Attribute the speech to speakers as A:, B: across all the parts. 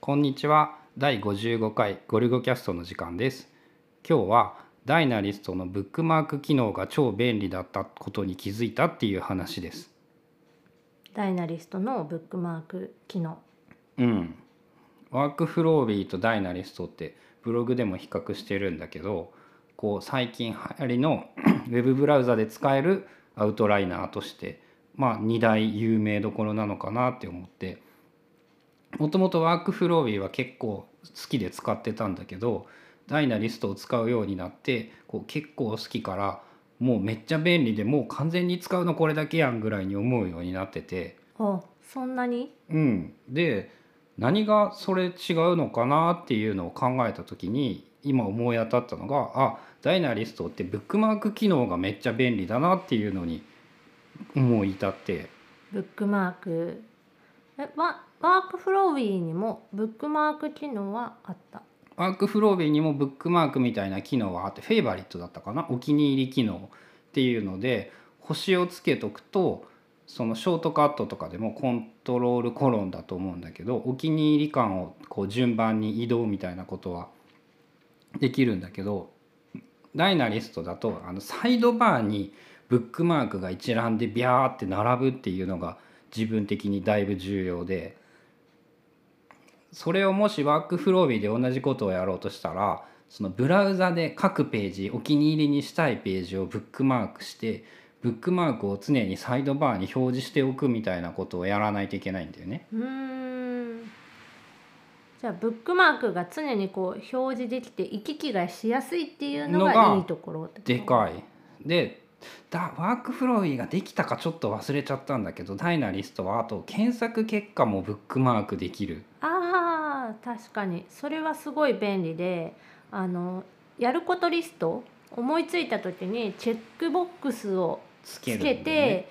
A: こんにちは第55回ゴルゴキャストの時間です今日はダイナリストのブックマーク機能が超便利だったことに気づいたっていう話です
B: ダイナリストのブックマーク機能
A: うんワークフロービーとダイナリストってブログでも比較してるんだけどこう最近流行りの ウェブブラウザで使えるアウトライナーとしてまあ2大有名どころなのかなって思ってもともとワークフロービーは結構好きで使ってたんだけどダイナリストを使うようになってこう結構好きからもうめっちゃ便利でもう完全に使うのこれだけやんぐらいに思うようになってて。
B: あそんなに
A: うん、で何がそれ違うのかなっていうのを考えた時に今思い当たったのがあダイナリストってブックマーク機能がめっちゃ便利だなっていうのに思い至って
B: ブックマークえワワークフローウィーにもブックマーク機能はあった
A: ワークフロービーにもブックマークみたいな機能はあってフェイバリットだったかなお気に入り機能っていうので星をつけとくとそのショートカットとかでもコントロールコロンだと思うんだけどお気に入り感をこう順番に移動みたいなことはできるんだけどダイナリストだとあのサイドバーにブックマークが一覧でビャーって並ぶっていうのが自分的にだいぶ重要でそれをもしワークフロービーで同じことをやろうとしたらそのブラウザで各ページお気に入りにしたいページをブックマークしてブックマークを常にサイドバーに表示しておくみたいなことをやらないといけないんだよね。
B: うーんじゃあブックマークが常にこう表示できて行き来がしやすいっていうの
A: のが
B: がいいところってこと
A: でかいでだワークフローができたかちょっと忘れちゃったんだけどダイナリストはあと検索結果もブックマークできる
B: あー確かにそれはすごい便利であのやることリスト思いついた時にチェックボックスを
A: つけ
B: つ
A: るんだ
B: け
A: よ
B: て、
A: ね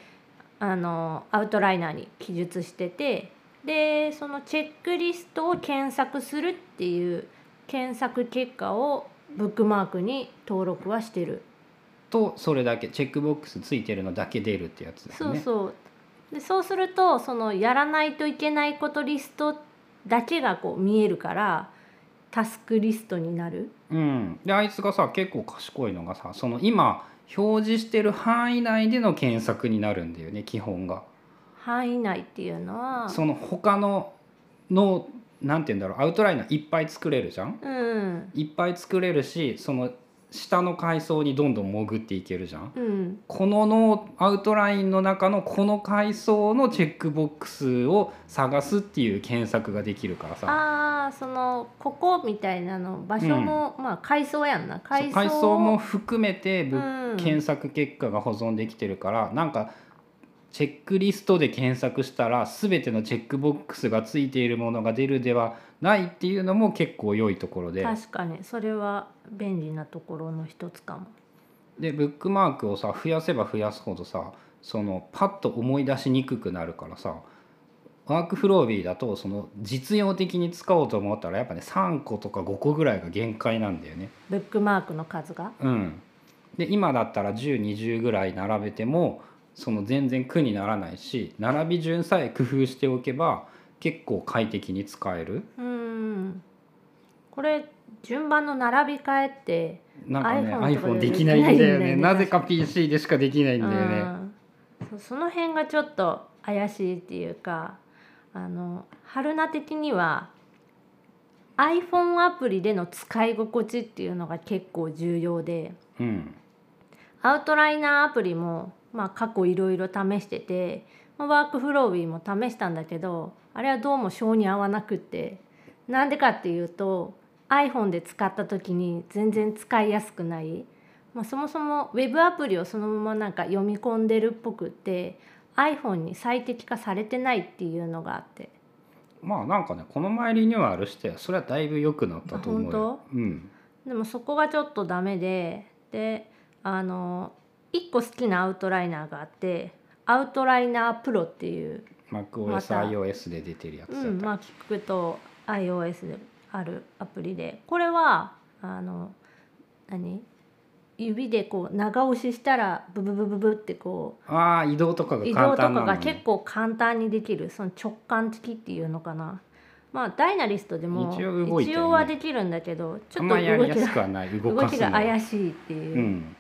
B: あのアウトライナーに記述しててでそのチェックリストを検索するっていう検索結果をブックマークに登録はしてる、
A: とそれだけチェックボックスついてるのだけ出るってやつだよ
B: そう
A: ね。
B: そうでそうするとそのやらないといけないことリストだけがこう見えるからタスクリストになる
A: うん、であいつがさ結構賢いのがさその今表示してる範囲内での検索になるんだよね基本が。
B: 範囲内っていうのは
A: その他ののなんて言うんだろうアウトライナーいっぱい作れるじゃん
B: うん
A: いっぱい作れるしその下の階層にどんどん潜っていけるじゃん。
B: うん
A: こののアウトラインの中のこの階層のチェックボックスを探すっていう検索ができるからさ
B: ああそのここみたいなの場所も、まあ階層やんな
A: そう
B: 階層
A: 階層も含めてぶっ
B: うん
A: 検索結果が保存できてるからなんかチェックリストで検索したら全てのチェックボックスがついているものが出るではないっていうのも結構良いところで
B: 確かにそれは便利なところの一つかも
A: でブックマークをさ増やせば増やすほどさそのパッと思い出しにくくなるからさワークフロービーだとその実用的に使おうと思ったらやっぱね3個とか5個ぐらいが限界なんだよね。
B: ブックマークの数が
A: うん、で今だったら1020ぐらい並べてもその全然苦にならないし並び順さえ工夫しておけば結構快適に使える
B: うーんこれ順番の並び替えって
A: なんかね
B: iPhone とか
A: iPhone
B: で
A: できないんだよね
B: できないんだよね
A: なぜか PC でしかできないんだよね。
B: うんそその辺がちょっと怪しいっていうかあの春菜的には iPhone アプリでの使い心地っていうのが結構重要で
A: うん
B: アウトライナーアプリも、まあ、過去いろいろ試してて、まあ、ワークフロービーも試したんだけどあれはどうも性に合わなくってなんでかっていうと iPhone で使った時に全然使いやすくない、まあ、そもそもウェブアプリをそのままなんか読み込んでるっぽくって iPhone に最適化されてないっていうのがあって
A: まあなんかねこの前リニューアルしてそれはだいぶ良くなったと思うよ
B: あ。
A: うん、
B: でもそこがちょっとダメでであの1個好きなアウトライナーがあってアウトライナープロっていう
A: MacOS、
B: また
A: iOS で出てるやつだ
B: う
A: った、
B: ん、まあ聞くと iOS であるアプリでこれはあの何指でこう長押ししたらブブブブブってこ
A: ああ移動とか
B: う
A: が
B: 移動
A: 簡
B: とか
A: 単なの
B: が
A: ね
B: 結構簡単にできるその直感的っていうのかな、まあダイナリストでも
A: 一応動いてるね
B: 一応はできるんだけどち
A: あ
B: ょ
A: ん
B: っと
A: まりやり
B: 動
A: や
B: き
A: すく
B: が
A: はない動
B: 動
A: かす
B: き
A: の
B: が
A: は
B: 怪しいっていう、
A: うん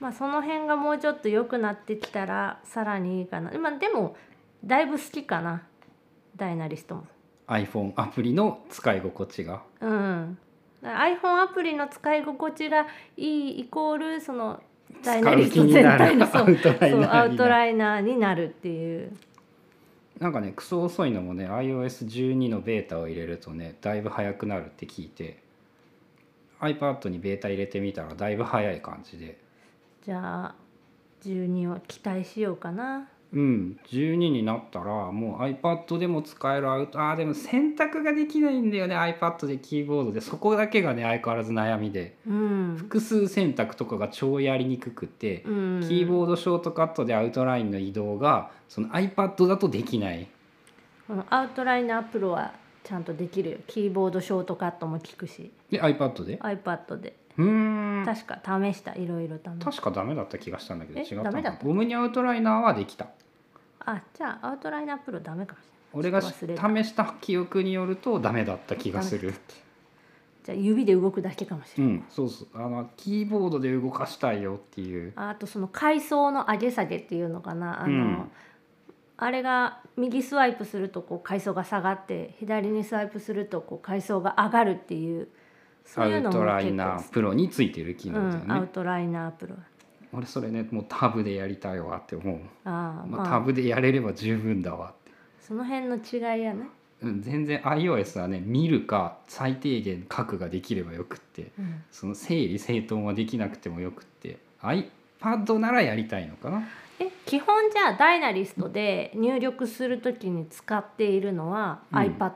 B: まあその辺がもうちょっと良くなってきたらさらにいいかなまあでもだいぶ好きかなダイナリストも
A: iPhone アプリの使い心地が
B: うんだから iPhone アプリの使い心地がいいイコールそのダイナ
A: 使
B: リ
A: う
B: ス
A: 気
B: ト
A: に
B: 全
A: なる
B: 体のそうそうア
A: ア
B: ウ
A: ウ
B: ト
A: トライナーになる
B: ライナーになるっていう
A: なんかねクソ遅いのもね iOS12 のベータを入れるとねだいぶ早くなるって聞いて iPad にベータ入れてみたらだいぶ早い感じで
B: じゃあ12を期待しようかな
A: うん12になったらもう iPad でも使えるアウトあーでも選択ができないんだよね iPad でキーボードでそこだけがね相変わらず悩みで
B: うん、
A: 複数選択とかが超やりにくくて
B: う、ん、
A: キーボードショートカットでアウトラインの移動がその iPad だとできない
B: このアウトライナープロはちゃんとできるよキーボードショートカットも効くし
A: で iPad で
B: iPad で
A: うーん
B: 確か試したいろいろ試し
A: 確かダメだった気がしたんだけど
B: え
A: 違った
B: ダ
A: の
B: メだ
A: か
B: った
A: オムニアウトライナーはできた
B: あじゃあアウトライナープロダメかもし
A: 俺が
B: ちょ
A: し
B: っと忘れ
A: 試
B: た
A: した記憶によるとダメだった気がする
B: れないじゃあ指で動くだけかもし
A: う
B: れない、
A: んそうそうあのキーボードで動かしたいよっていう
B: ああとその階層の上げ下げっていうのかなあの、
A: うん
B: あれが右スワイプするとこう階層が下がって左にスワイプするとこう階層が上がるっていうそ
A: ア
B: ういう
A: ウ
B: のも
A: トライ
B: 結
A: ナ
B: 構
A: ープロについてる機
B: う
A: 能だよ
B: ん、アウ
A: ね、
B: トライナープロ
A: 俺それねもうタブでやりたいわって思う、
B: ああ
A: まあ、
B: ま
A: タ
B: あ
A: ブでやれれば十分だわって、
B: その辺の違いやね、
A: うん、全然 iOS はね見るか最低限書くができればよくって
B: うん
A: その整理整頓はできなくてもよくって iPad ならやりたいのかな
B: え基本じゃあダイナリストで入力するときに使っているのは
A: うん
B: iPad、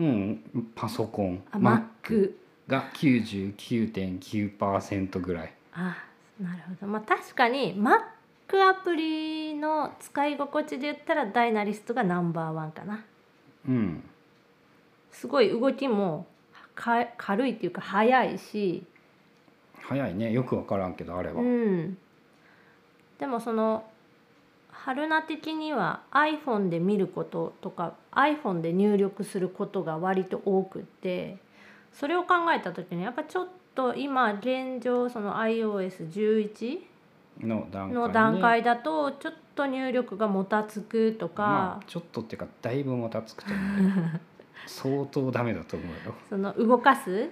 A: うん、パソコン
B: あ Mac
A: が99.9%ぐらい
B: あなるほどまあ確かに Mac アプリの使い心地で言ったらダイナリストがナンバーワンかな
A: うん
B: すごい動きもか軽いっていうか速いし
A: 早いねよく分からんけどあれは、
B: うんでもその春菜的には iPhone で見ることとか iPhone で入力することが割と多くってそれを考えた時にやっぱちょっと今現状その iOS11
A: の段階ね
B: の段階だとちょっと入力がもたつくと
A: ま
B: か
A: あ、ちょっとっていうかだいぶもたつくと思う よ相当ダメだと思うよ
B: その動かす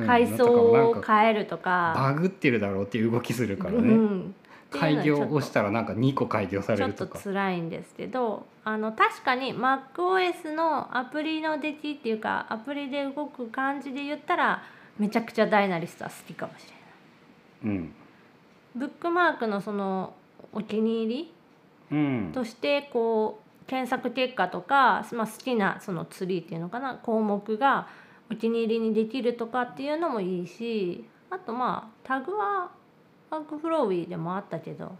A: うん
B: 階層を
A: なんか
B: 変えるとか。
A: バグってるだろうっていう動きするからね、
B: うんっていうのは
A: 開
B: ちょっ
A: 業
B: と
A: をしたらなんか2個開業さ
B: ち
A: れ
B: ょ
A: る
B: っ
A: と
B: と
A: か
B: 辛いんですけどあの確かに MacOS のアプリの出来っていうかアプリで動く感じで言ったらめちゃくちゃダイナリストは好きかもしれない。
A: うん、
B: ブックマークのそのお気に入り
A: うん、
B: としてこう検索結果とか、まあ、好きなそのツリーっていうのかな項目がお気に入りにできるとかっていうのもいいしあとまあタグはワークフローウィーでもあったけど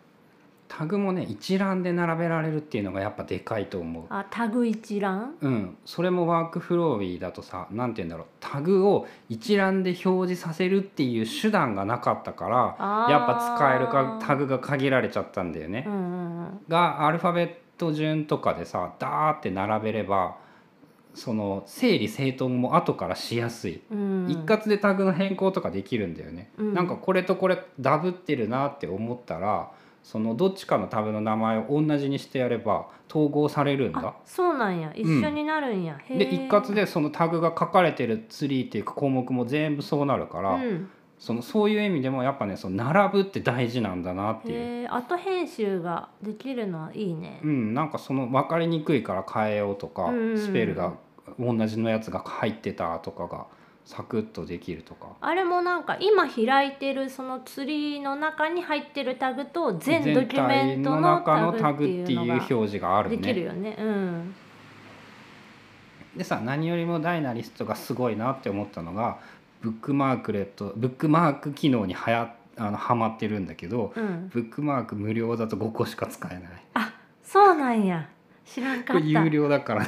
A: タグもね一覧で並べられるっていうのがやっぱでかいと思う
B: あタグ一覧
A: うん、それもワークフローウィーだとさ何て言うんだろうタグを一覧で表示させるっていう手段がなかったから
B: あー
A: やっぱ使えるかタグが限られちゃったんだよね。
B: うんうんうん
A: がアルファベット順とかでさダーって並べればその整理整頓も後からしやすい。
B: うん
A: 一括でタグの変更とかできるんだよね、
B: うん
A: なんかこれとこれダブってるなって思ったらそのどっちかのタブの名前を同じにしてやれば統合されるんだ
B: あそうなんや一緒になるんや、
A: で一括でそのタグが書かれてるツリーっていうか項目も全部そうなるから、
B: うん、
A: そのそういう意味でもやっぱねその並ぶって大事なんだなっていう、
B: へえ後編集ができるのはいいね
A: うん、なんかその分かりにくいから変えようとか、
B: うん
A: スペルが同じのやつが入ってたとかがサクッとできるとか
B: あれもなんか今開いてるそのツリーの中に入ってるタグと全ドキュメントの
A: 全体の
B: タ
A: タ
B: グ
A: グ
B: っ
A: ってて
B: い
A: いうう
B: の
A: 表
B: が
A: 示がある
B: で
A: ね
B: きるよねうん
A: でさ何よりもダイナリストがすごいなって思ったのがブックマークレットブックマーク機能にはやあのハマってるんだけど
B: うん
A: ブックマーク無料だと5個しか使えない。
B: そうなんや知らん
A: こ
B: かっ
A: れ
B: た
A: 有料だから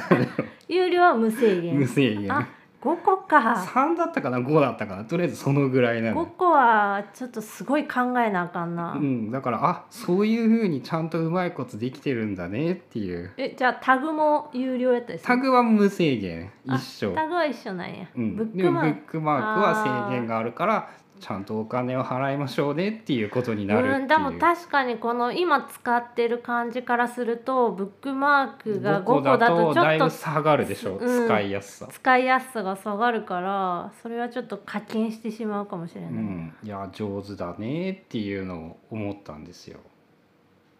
B: 有料は無制限
A: 無制限
B: あ5個か
A: 3だったかな5だったかなとりあえずそのぐらいなの
B: 5個はちょっとすごい考えなあかんな、
A: うん、だからあそういうふうにちゃんとうまいことできてるんだねっていう
B: えじゃあタグも有料やったりする
A: タグは無制限
B: あ
A: 一緒
B: タグは一緒なんや、
A: うん、
B: ブ
A: ブ
B: ッ
A: ッ
B: ク
A: ク
B: マ
A: マ
B: ン
A: ークは制限があるからちゃんとお金を払いましょうねっていうことになるっていう、
B: うん、でも確かにこの今使ってる感じからするとブックマークが
A: 5
B: 5
A: 個
B: 個だ
A: だ
B: と
A: と
B: ちょ
A: だ
B: っ
A: い
B: と
A: ぶ下がるでしょ、
B: うん
A: 使いやすさ、
B: 使いやすさが下がるからそれはちょっと課金してしまうかもしれ
A: う
B: ない、
A: ん、いや上手だねっていうのを思ったんですよ